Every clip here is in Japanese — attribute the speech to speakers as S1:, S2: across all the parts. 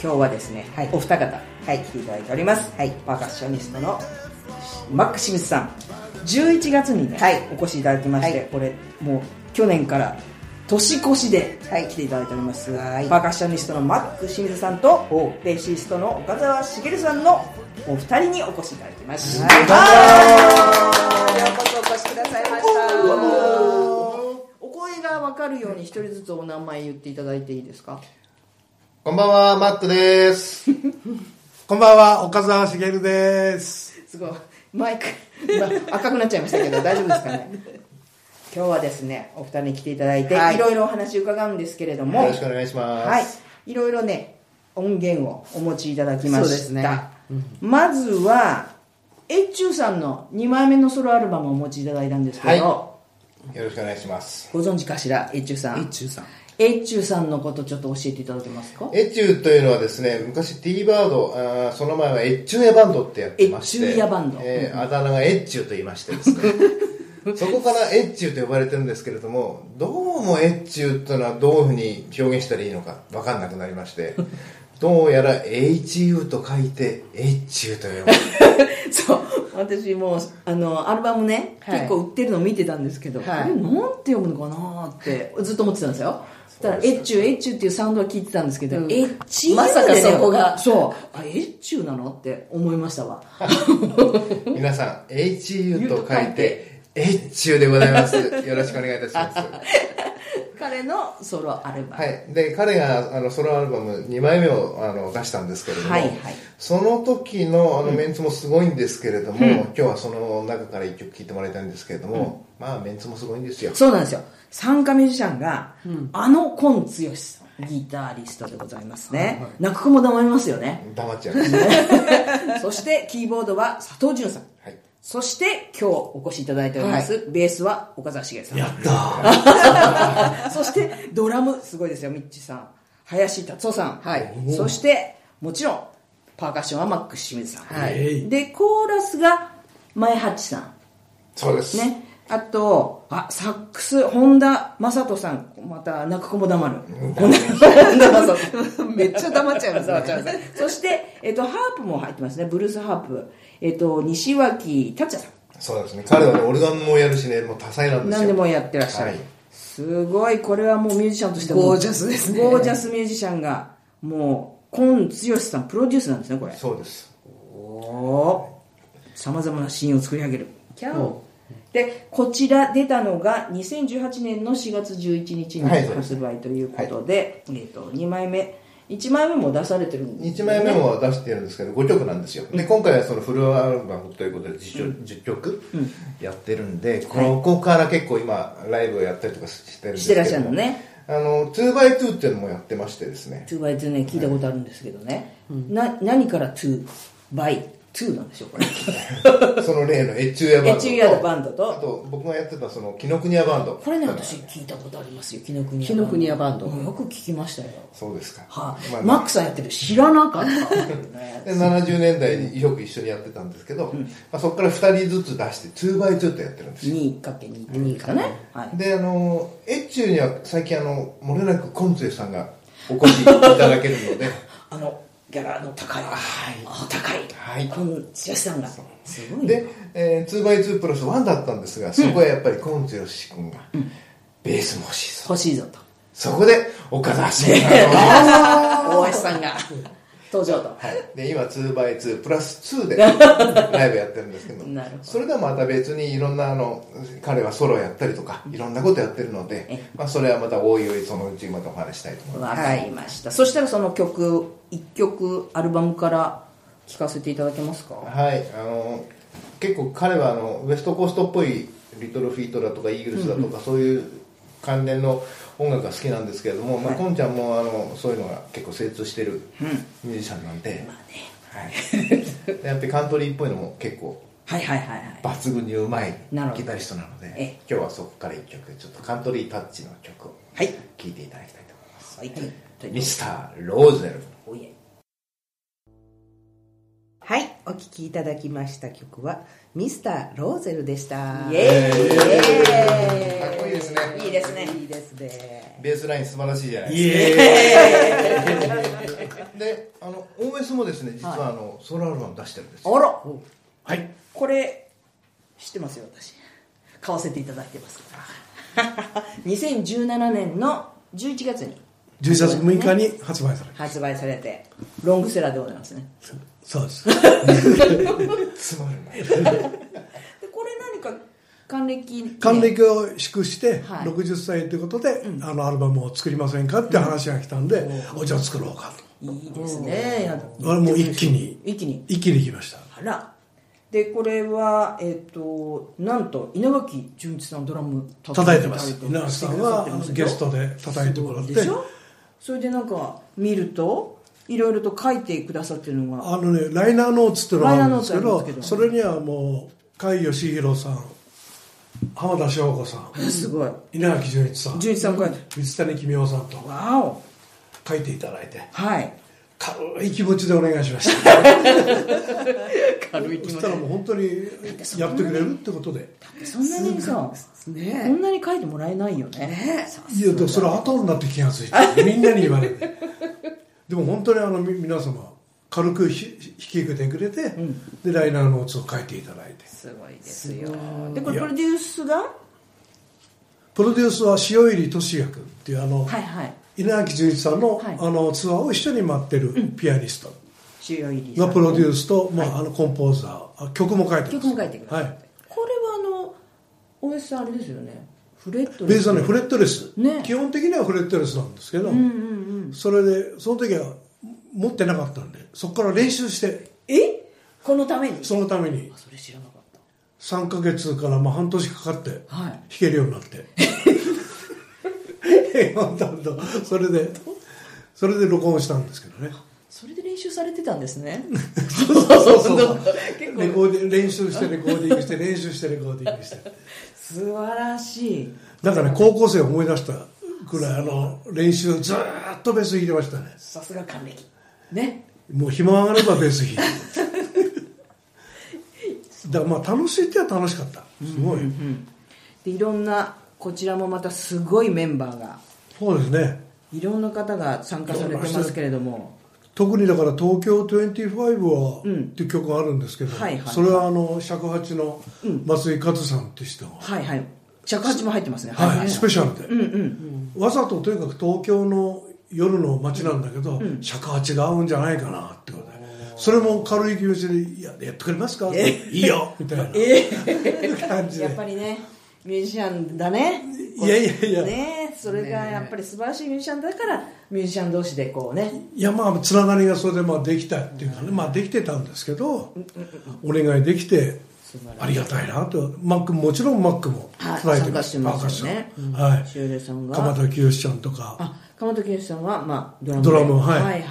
S1: 今日はですね、
S2: はい
S1: お二方
S2: はい、
S1: 来ていただいております、
S2: はい
S1: パーカッショニストのマックシムスさん11月にね、
S2: はい
S1: お越しいただきまして、
S2: はい
S1: これもう去年から年越しで
S2: はい
S1: 来ていただいております、
S2: はい
S1: パーカッショニストのマックシムスさんと
S2: おう
S1: ベーシストの岡澤茂さんのお二人にお越しいただきました、
S2: はい、ようこそお越しくださいました。
S1: お声がわかるように一人ずつお名前言っていただいていいですか
S3: こんばんは、マックです。
S4: こんばんは、岡澤茂です。
S1: すごいマイク今赤くなっちゃいましたけど大丈夫ですかね今日はですねお二人に来ていただいて、、
S2: はいい
S1: ろいろお話伺うんですけれども
S3: よろしくお願いします。
S1: はいいろいろね音源をお持ちいただきました
S2: そうですね
S1: まずは越中さんの2枚目のソロアルバムをお持ちいただいたんですけど、
S3: はよろしくお願いします。
S1: ご存知かしら越中さん
S4: 中さん。
S1: 越中さんのことちょっと教えていただけますか
S3: エチューというのはですね、昔 T バード、あーその前はエッチューヤバンドってやってまして、
S1: エッチューヤバンド
S3: えーあだ名がエッチューと言いましてですね、そこからエッチューと呼ばれてるんですけれども、どうもエッチューというのはどういうふうに表現したらいいのかわかんなくなりまして、どうやら HU と書いてエッチューと呼ばれ て
S1: そう私もうあのアルバムね、
S2: はい
S1: 結構売ってるの見てたんですけど、
S2: はい
S1: これなんて読むのかなってずっと思ってたんですよそしたら「エ
S3: そうです
S1: ッチュエッチュ」っていうサウンドは聞いてたんですけど「
S2: うん
S1: エッチュ」
S2: まさかそこが
S1: そうあエッチュなのって思いましたわ
S3: 皆さん、HU と書いてエッチューでございます。よろしくお願いいたします。
S1: 彼のソロアルバム、
S3: はい、で彼があのソロアルバム2枚目をあの出したんですけれども、
S1: はいはい
S3: その時のあのメンツもすごいんですけれども、今日はその中から1曲聴いてもらいたいんですけれども、まあメンツもすごいんですよ
S1: そうなんですよ参加ミュージシャンが、あのコン剛さんギタリストでございますね、泣く子も黙りますよね
S3: 黙っちゃうんですね、
S1: そしてキーボードは佐藤潤さん
S3: はい、
S1: そして今日お越しいただいております、ベースは岡澤茂さん
S4: やった ー。
S1: そしてドラムすごいですよミッチーさん林達夫さん、
S2: はい
S1: そしてもちろんパーカッションはマック清水さん、
S2: はい
S1: でコーラスが前八さ
S3: そうです、
S1: んねあとあサックス本田雅人さんまた泣く子も黙る本田本田雅人
S2: めっちゃ黙っちゃいますね
S1: 黙っちゃいます そして、えっとハープも入ってますねブルースハープ、えっと西脇達也さん
S3: そうですね彼はねオルガンもやるしねもう多彩なんですよ
S1: 何でもやってらっしゃる、
S3: はい
S1: すごいこれはもうミュージシャンとしても
S2: ゴージャスですね
S1: ゴージャスミュージシャンがもう今剛さんプロデュースなんですねこれ
S3: そうです
S1: おさまざまなシーンを作り上げるキャ
S2: オ
S1: でこちら出たのが2018年の4月11日に
S3: はいそうです
S1: 発売ということで、えっと2枚目1枚目も出されてるんです
S3: 1
S1: よ
S3: 枚目も出してるんですけど5曲なんですよで今回はそのフルアルバムということで 10,、10曲やってるんで、ここから結構今ライブをやったりとかしてるんです
S1: して
S3: け
S1: ら
S3: ど
S1: っしゃるのね
S3: あの 2x2 っていうのもやってましてで すね
S1: 2x2 ね聞いたことあるんですけどね、な何から 2x2 なんでしょうこれ
S3: その例のエチューヤバンド
S1: エ
S3: と
S1: チューヤバンドと
S3: あと僕がやってたその紀ノ国屋バンド
S1: これね私聞いたことありますよ紀ノ国屋
S2: 紀ノ国屋バンド
S1: うんよく聞きましたよ
S3: そうですか、
S1: はい、
S3: まあ
S1: マックさんやってる知らな かった、
S3: で70年代によく一緒にやってたんですけど、まあ、そこから2人ずつ出して 2x2 ってやってるんですよ
S1: 2×2 って2かね、はい、
S3: であのエチューには最近あの漏れなくコンツェさんがお越しいただける ので
S1: あのギャラの高い、はい、高い、
S3: はい
S1: この剛さんがすごいね
S3: で、えー、2x2 プラス1だったんですがそこはやっぱりコンツェシ君が、ベースも欲しいぞ
S1: 欲しいぞと
S3: そこで岡田氏君が
S1: 大橋さんが登場と、
S3: はい、で今 2x2 プラス2 でライブやってるんですけど
S1: なるほど
S3: それではまた別にいろんなあの彼はソロやったりとかいろんなことやってるので
S1: え、
S3: まあ、それはまたおいおいそのうちまたお話ししたいと思います
S1: わかりました、そしたらその曲一曲アルバムから聴かせていただけますか
S3: はいあの結構彼はあのウエストコーストっぽいリトルフィートだとかイーグルスだとか、そういう関連の音楽が好きなんですけれども、まあ、
S1: はい
S3: こんちゃんもあのそういうのが結構精通してるミュージシャンなんで、はい、でやっぱりカントリーっぽいのも結構
S1: はいはいはいはい
S3: 抜群にうまい
S1: なるほど
S3: ギタリストなので
S1: ええ
S3: 今日はそこから一曲ちょっとカントリータッチの曲を
S1: はい
S3: 聴いていただきたいと思います、
S1: はい、ということで
S3: ミスター・ローゼル
S1: おいえ
S2: はい、お聴きいただきました曲は、ミスター・ローゼルでした。
S1: イエーイ
S3: ーイかっこいいですね
S1: いいですね
S2: いいですね。
S3: ベースライン素晴らしいじゃない
S4: イ
S3: です
S4: エ
S3: かでであの OS もですね実はあの、ソロアルバム出してるんです
S1: あ
S3: よ
S1: ら
S4: はい
S1: これ知ってますよ私買わせていただいて ますから2017年の11月に
S4: 11月6日に発売される
S1: 発売されてロングセラーでございますね
S4: そうです
S3: つまるな
S1: でこれ何か還暦
S4: 還暦を祝して
S1: はい
S4: 60歳ということで、あのアルバムを作りませんかって話が来たんで、おじゃあ作ろうか
S1: いいですねや
S4: と俺もう一気に
S1: 一気に
S4: 一気に行きました
S1: あらでこれはえっ、となんと稲垣潤一さんドラム
S4: 叩いてます
S1: 叩いて
S4: 稲垣さん
S1: してくださっ
S4: は
S1: てますよ
S4: ゲストで叩いてもらっ
S1: で
S4: て
S1: しょそれでなんか見るといろいろと書いてくださってるのが
S4: あのねライナーノーツっていうのがあるんですけ
S1: ライナーノーツありま
S4: ど
S1: すけど
S4: それにはもう甲斐義弘さん浜田省吾さん
S1: すごい
S4: 稲垣潤一さん
S1: 純一さんが書いて
S4: 水谷君雄さんと
S1: わお
S4: 書いていただいて
S1: はい
S4: 軽い気持ちでお願いしました
S1: 軽い
S4: そしたらもう本当にやってくれるってことで
S1: そんなにさ、こんなに書いてもらえないよねさ
S4: いやでもそれ後になって気が付いてみんなに言わ れてでも本当にあのみ皆様軽くひ引き受けてくれて、でライナーノーツを書いていただいて
S1: すごいですよでこれプロデュースがは
S4: プロデュースは塩入俊也君っていうあの、
S1: いはい
S4: 稲垣潤一さんの,、
S1: はい
S4: あのツアーを一緒に待ってるピアニスト
S1: 主要入り
S4: がプロデュー
S1: ス
S4: スと、まあ、あのコンポーザーあ曲も書いてます
S1: 曲も書いてくださって、
S4: はい
S1: これはあの大江さんあれですよねフレット
S4: ベースはね
S1: ね
S4: フレットレス、
S1: ね
S4: 基本的にはフレットレスなんですけど、
S1: うんうんうん
S4: それでその時は持ってなかったんでそこから練習して
S1: えこのために
S4: そのために
S1: あそれ知らなかっ
S4: 3ヶ月からまあ半年かかって
S1: たはい
S4: 弾けるようにな って、本当本当それでそれで録音したんです けどね
S1: それで練習されてたんですね
S4: そうそうそうそう
S1: 結
S4: レ
S1: 構
S4: コーディ練習してレコーディン グして練習してレコーディングして
S1: 素晴らしい
S4: なんかね高校生を思い出したくらいあの練習ずーっとベース弾いてましたね
S1: さすが還暦ね
S4: もう暇があればベース 弾いてだからまあ楽しいっては楽しかったすごい、
S1: でいろんなこちらもまたすごいメンバーが
S4: そうですね
S1: いろんな方が参加されてますけれども
S4: 特にだから「東京25は」
S1: うん
S4: っていう曲があるんですけど、
S1: はいはいはい
S4: それはあの尺八の松井勝さんって人が、
S1: はいはい尺八も入ってますね
S4: はいスペ
S1: シ
S4: シャルで、
S1: うんうん
S4: わざととにかく東京の夜の街なんだけど、尺八が合うんじゃないかなってことでそれも軽い気持ちで「いややってくれますか?」って「いいよ」みたいな感じで
S1: やっぱりねミュージシャンだね
S4: いやいやいや
S1: ねそれがやっぱり素晴らしいミュージシャンだからミュージシャン同士でこうね
S4: いやまあつながりがそれでまあできたっていうかね、まあできてたんですけど、お願いできて
S1: 素晴らしい
S4: ありがたいなとマックもちろんマックも
S1: はい
S4: 叩いて
S1: 参加してますよね
S4: パーカッションは
S1: しおれさん
S4: い
S1: が
S4: 鎌田清ちゃんとか
S1: あ鎌田健さんは、まあ、ドラム
S4: ドラムはい
S1: はいはいはい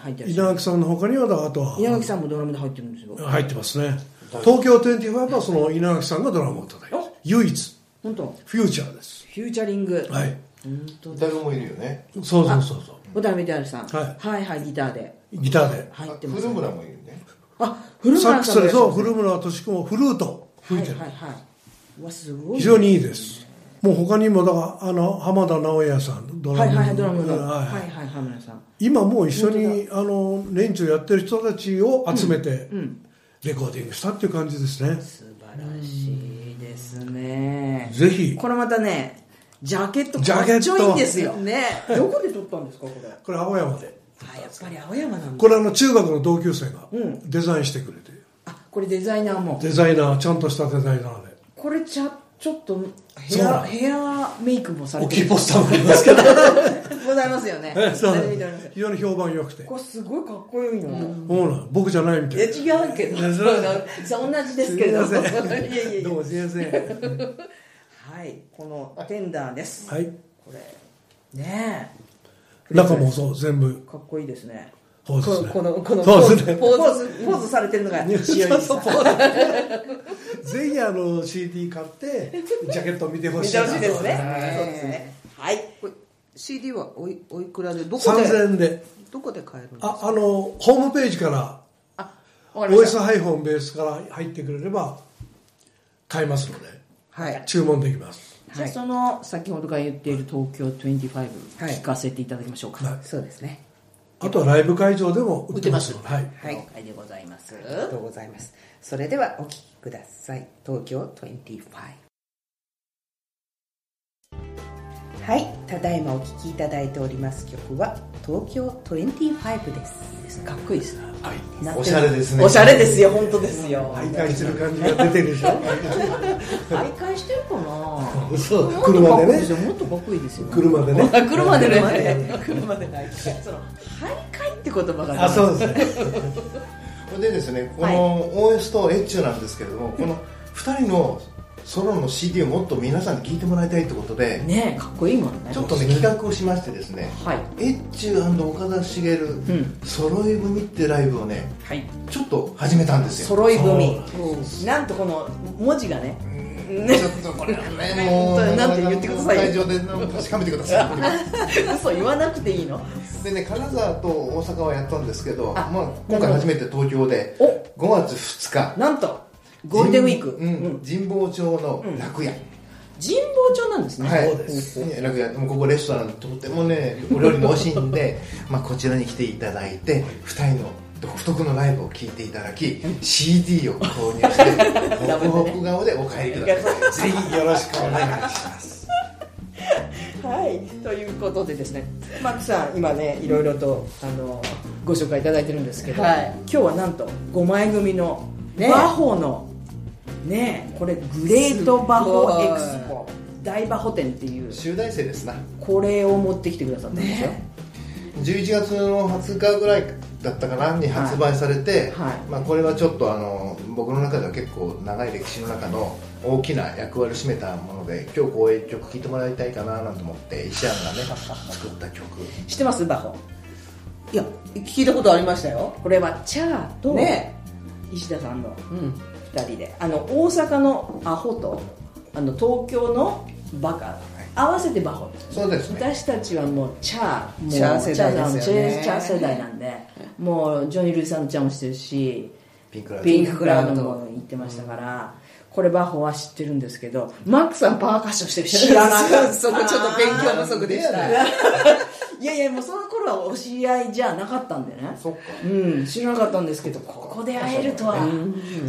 S1: 入ってらっし
S4: 稲
S1: ゃる
S4: 垣さんの他にはだからあとは
S1: 稲垣さんもドラムで入ってるんですよ
S4: 入ってますね東京25はその稲垣さんがドラムを叩いて
S1: お
S4: 唯一
S1: 本当
S4: フューチャーです
S1: フューチャリング
S4: はい
S1: 本当だ
S3: 誰もいるよね
S4: そうそうそうそ
S1: 小田光晴さん
S4: はい
S1: はいはいギターで
S4: うギターで
S3: あ
S1: 入ってます
S3: 古
S1: ね
S3: 村もいるね
S1: あ古
S4: サッ
S1: 村
S4: ク
S1: さん
S4: ス
S1: もい
S4: で
S1: らっしゃ
S4: そう
S1: る
S4: 古村敏子もフルート吹いてる
S1: はいはいはいうわすごい
S4: 非常にいいですもう他にもだからあの浜田直哉さんド
S1: は
S4: ラ
S1: い
S4: ム
S1: はいはいドラムの
S4: うん
S1: は
S4: はい
S1: は
S4: い
S1: いはい浜村さん
S4: 今もう一緒にあの連中やってる人たちを集めて
S1: ん
S4: レコーディングしたっていう感じですね、
S1: 素晴らしいですね
S4: ぜひ
S1: これまたねジャケット
S4: ジ
S1: か
S4: ャケッ
S1: っ
S4: ト
S1: ちょいいんですよねどこで撮ったんですかこれあ
S4: これ青山で
S1: やっぱり青山なんだ
S4: これあの中学の同級生が
S1: うん
S4: デザインしてくれて、
S1: あこれデザイナーも
S4: デザイナーちゃんとしたデザイナーで
S1: これちゃちょっとヘ
S4: そうな
S1: ア
S4: の
S1: ヘアメイクもされ
S4: 大
S1: て
S4: きいポスターもありますけど
S1: ございますよね
S4: そうな
S1: 誰
S4: ん
S1: 見てもあり
S4: で
S1: ます
S4: す
S1: よ
S4: 非常に評判良くて
S1: これすごいかっこいいよね
S4: そうなん僕じゃないみ
S1: い
S4: た
S1: や
S4: いな
S1: 違うけど、そう同じですけど、
S4: すいません
S1: いやいやいや
S4: どうもすいません
S1: はい、このテンダーです。
S4: はい
S1: これ、ね
S4: 中もそう全部
S1: え、かっこいいですね。
S4: そうですね
S1: ここのこのポ
S4: そ
S1: ー
S4: うですね
S1: ズポーズポーズされてるのが塩井さん。
S4: そうぜひあの CD 買ってジャケット見てほ
S1: 見
S4: しい
S1: て
S4: な
S1: ほ
S4: と
S1: しいですね。そうですね。はい。これ
S2: CD はおいおいくらでどこで
S4: 3000円で
S2: どこで買えるの
S4: ああのホームページから
S1: わかりました。
S4: OS- ベースから入ってくれれば買えますので
S2: はい
S4: 注文できます
S1: じゃあその先ほどから言っている東京25、
S2: はい
S1: 聞かせていただきましょうか。
S4: はい
S2: そうですね
S4: あとはライブ会場でも売
S5: ってます
S4: はい
S2: はい
S1: 了解でございます。
S2: ありがとうございます。それではお聞きください。東京25。はい、ただいまお聞きいただいております曲は東京25です。
S1: かっこいいですね。なってる
S3: おしゃれですね
S1: おしゃれですよ、本当ですよ。
S4: 徘徊してる感じが出てるでしょ
S1: 徘徊してるかな。
S4: そ
S1: も
S4: う
S1: っと
S4: 車でね
S1: かっこいいすよもっとかっこいいですよ。
S4: 車でね
S1: あ車でね。車でね。その徘徊って言葉がね。
S4: あそうですね
S3: でですねこの OS とエッチュなんですけれども、この2人のソロの CD をもっと皆さんに聴いてもらいたいってことで、
S1: ねかっこいいもんね。
S3: ちょっとね企画をしましてですね
S1: はい。
S3: エッチュ岡田茂、
S1: ん
S3: 揃い踏みってライブをね
S1: はい。
S3: ちょっと始めたんですよ
S1: 揃い踏み
S4: そうなんで。
S1: なんとこの文字がね。
S3: ねちょっとこれはねも
S1: 本当
S3: う
S1: になんて言ってくださいよ
S3: 会場で確かめてください
S1: 嘘言わなくていいの。
S3: でね金沢と大阪はやったんですけど
S1: あ
S3: まあ、今回初めて東京で
S1: お
S3: 5月2日
S1: なんとゴールデンウィーク。
S3: うん
S1: うん
S3: 神保町の楽屋、
S1: 神保町なんですね。
S3: はい
S4: そうです
S3: ね楽屋もうここレストランとてもねお料理も美味しいんで まあこちらに来ていただいて2人の独特のライブを聞いていただき CD を購入してホ
S1: ダブ
S3: ク
S1: ルでね
S3: ホク顔でお帰りください
S4: ぜひよろしくお願いします
S1: はい、ということでですね、マックさん、今ね、いろいろとあのご紹介いただいてるんですけど、
S2: はい
S1: 今日はなんと5枚組の
S2: ね
S1: バホの、ね、これ、グレートバホエクスポ、大バホ展っていう、
S3: 集大成ですな
S1: これを持ってきてくださったんですよ。
S3: 11月の20日ぐらいだったかなに発売されて、
S1: はいはい
S3: まあ、これはちょっとあの僕の中では結構長い歴史の中の大きな役割を占めたもので今日こういう曲聴いてもらいたいかななんて思って石原 がね作った曲
S1: 知ってますバホ
S2: いや、聞いたことありましたよ。
S1: これはチャーと、
S2: ね
S1: 石田さんの
S2: うん。
S1: 2人であの大阪のアホとあの東京のバカ、合わせてバホです
S3: そうですね
S1: 私たちはもうチャーもう
S2: チャー世代ですよね
S1: チャー世代なんでもうジョニー・ルイさんのチャーもしてるし
S3: ピンクラ
S1: ピン
S3: イ
S1: ククラウドも行ってましたから、これバッホは知ってるんですけどマックさんパーカッションしてるし知らなかった
S2: そこちょっと勉強不足で した。
S1: いやいやもうその頃はお知り合いじゃなかったんでね
S3: そっか
S1: うん知らなかったんですけどここで会えるとは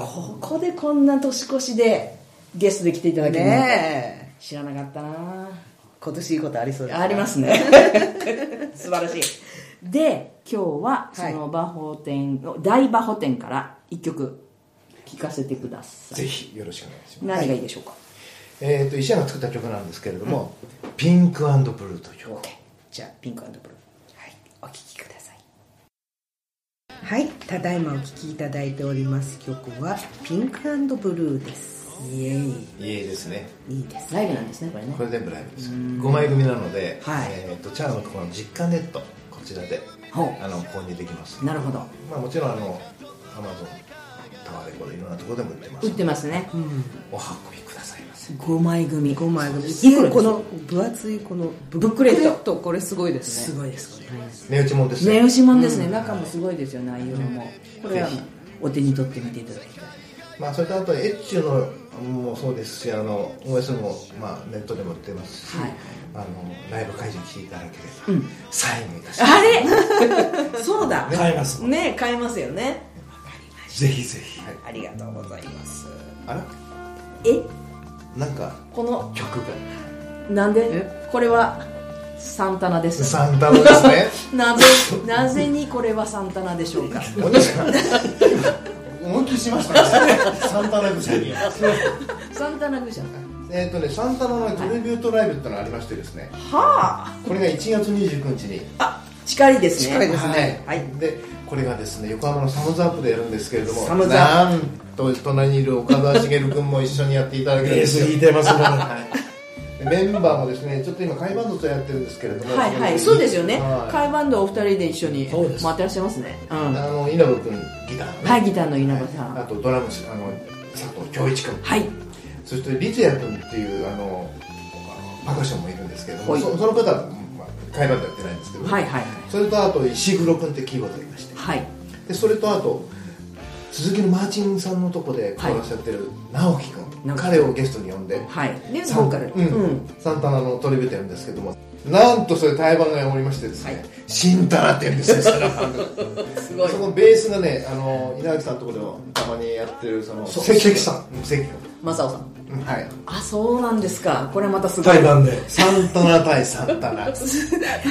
S1: ここでこんな年越しでゲストで来ていただけるなんて
S2: ねえ。
S1: 知らなかったな
S2: 今年いいことありそうですね
S1: ありますね素晴らしい で今日はその馬法展、大馬法展から一曲聴かせてください
S3: ぜひよろしくお願いします、
S1: 何がいいでしょうか、
S3: えー、と石原が作った曲なんですけれども「ピンクブルー」という曲
S1: じゃあピンクブルーはいお聴きください
S2: はい、ただいまお聞きいただいております曲はピンクブルーです。イエーイ。
S3: いいですね
S2: いいです。
S1: ライブなんですねこれね
S3: これ全部ライブです5枚組なので、
S1: はい
S3: えー、とチャーのこの実家ネットこちらで
S1: ほう
S3: あの購入できます
S1: なるほど
S3: まあ、もちろんあのアマゾンタワーレコードいろんなところでも売ってます
S1: 売ってますね、
S3: お運びくださいませ
S1: 5枚組
S2: 五枚組。
S1: いくらです
S2: この分厚いこの
S1: ブックレット
S2: これすごいです
S1: す
S2: ね。
S1: ごいですこれ
S3: 値打ちもんです
S1: 目
S3: ね
S1: 押しもんですね、中もすごいですよ内容も、これは
S3: ぜひ
S1: お手に取ってみていただきたい
S3: まあ、それとあとエッチュのもそうですしあの OS も、まあ、ネットでも売ってますし、
S1: はい
S3: あのライブ会場に来ていただければ、
S1: うん
S3: サインもいたします
S1: あれそうだ
S4: 買えます
S1: ね買えますよね
S4: ぜひぜひ
S1: ありがとうございます
S3: あら
S1: え
S3: なんか
S1: この
S3: 曲が
S1: なんでこれはサンタナです
S3: サンタのですね
S1: なぜなぜにこれはサンタナでしょうか
S3: 私が今思いっきりしましたねサンタナグサに
S1: サンタナグじゃん
S3: えっとねサンタナのトリビュートライブってのがありましてですね
S1: はあ
S3: これが1月29日に
S1: あ近いですね
S2: 近いです
S3: ね
S1: はい
S3: でこれがですね横浜のサムズアップでやるんですけれども
S1: サムズア
S3: なんと隣にいる岡田茂君も一緒にやっていただけるん
S4: エ
S3: で
S4: ー
S3: す
S4: ス
S3: よ
S4: 引いてますね
S3: はいでメンバーもですねちょっと今海バンドとやってるんですけれども
S1: はいはいそうですよね
S3: は
S1: 会バンドお二人で一緒に
S4: そうです
S1: 回ってらっしゃいますねう
S3: い、あ
S1: ん
S3: の稲葉君ギターのね
S1: はいギターの稲葉さん
S3: はいあとドラムスあの佐藤恭一君
S1: はい
S3: そして律也君っていうあのパーカッションもいるんですけれども
S1: はい
S3: そその方は、まあ、海バンドやってないんですけど、
S1: はいはい
S3: それとあと石黒君ってキーボードがいまして
S1: はい
S3: でそれとあと鈴木のマーチンさんのとこでコーラスやってる直樹君、
S1: 直樹
S3: 彼をゲストに呼んで、
S1: はいね
S3: サ
S1: ボー
S3: ン
S1: カル
S3: うんサンタナのトリビュートやるんですけどもなんとそれ台盤がおりましてですね、新たな店ですよそれは
S1: すごい
S3: そこのベースがねあの稲垣さんのところでもたまにやってるその
S4: そう
S3: 関
S4: 関さん
S3: うん関
S1: 正雄さん
S3: 君はい
S1: あそうなんですかこれまたすごい
S4: 対バンで
S3: サンタナ対サンタ ナ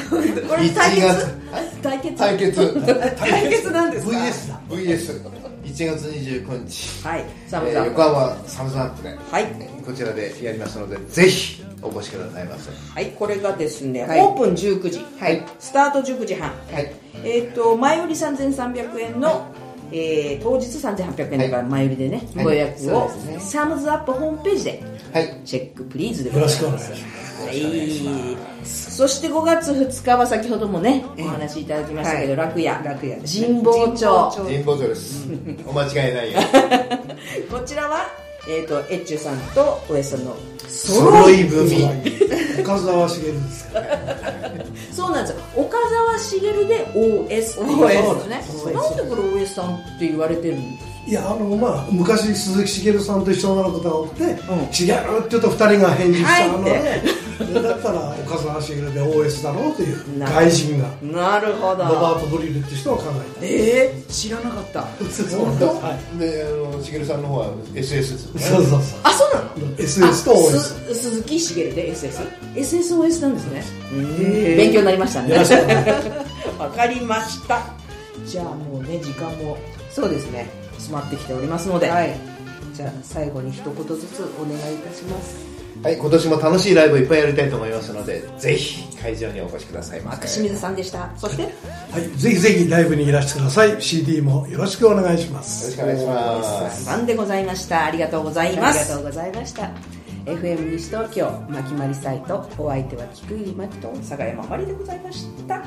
S1: これ対
S3: 1
S1: 決
S3: 月
S1: 対決
S3: 対決
S1: 対決なんですか
S3: VS だ VS1 月29日
S1: はいサム
S3: え
S1: さ
S3: ー
S1: ん
S3: 横浜サムズアップで、
S1: はい
S3: こちらでやりますのでぜひお越しくださいませ
S1: はい、これがですね、
S3: はい
S1: オープン19時、
S3: はい
S1: スタート19時半、
S3: はい
S1: えっ、と前売り3300円の、えー当日3800円だから前売りでね、
S3: はい
S1: ご予約を、
S3: そうですね
S1: サムズアップホームページで
S3: はい
S1: チェックプリーズで
S4: よ
S1: ござ
S4: ろ
S1: い
S4: しくお願
S1: ま
S4: いし
S1: す
S4: ます
S1: はい、そして5月2日は先ほどもねお話しいただきましたけど、
S2: はい
S1: 楽屋
S2: 楽屋ですね
S1: 神保町
S3: 神保町 ですお間違いないよ
S1: こちらは、えっとエッチュさんとウエストの
S3: 揃い踏み
S4: 岡沢茂ですから
S1: そうなんですよ岡沢茂で OS って言われてるんですね
S4: OS
S1: なんでこれ OS さんって言われてるんです
S4: いやあのまあ昔鈴木茂さんと一緒になることが多くて「違う」って言うと二人が返事したので、でだったら岡沢茂で OS だろうという
S1: なるほど
S4: 外人が
S1: なるほ
S4: ロバート・ブリルって人は考え
S1: えー、知らなかった
S4: た
S3: 本当
S4: はい
S3: であのしげるさんの方は SS です
S4: そ
S3: よ
S4: う
S3: ね
S4: そうそう
S1: あそうなの
S4: SS と OS
S1: す鈴木茂で SSSSOS なんですね勉強になりましたね
S4: よろしくお願いし
S1: わかりましたじゃあもうね時間も
S2: そうですね
S1: 詰まってきておりますので、
S2: はいじゃあ最後に一言ずつお願いいたします
S3: はい今年も楽しいライブいっぱいやりたいと思いますのでぜひ会場にお越しくださいま
S1: 悪
S3: せ
S1: 清水さんでしたそして
S4: ますはいぜひぜひライブにいらしてください CD もよろしくお願いしま
S3: よろ
S4: す
S3: しくお願いします
S1: さんでございましたありがとうござい
S2: あ
S1: ま
S2: りが
S1: す
S2: とうございました FM 西東京まきまりサイトお相手は菊入真紀と
S1: 坂山まりでございました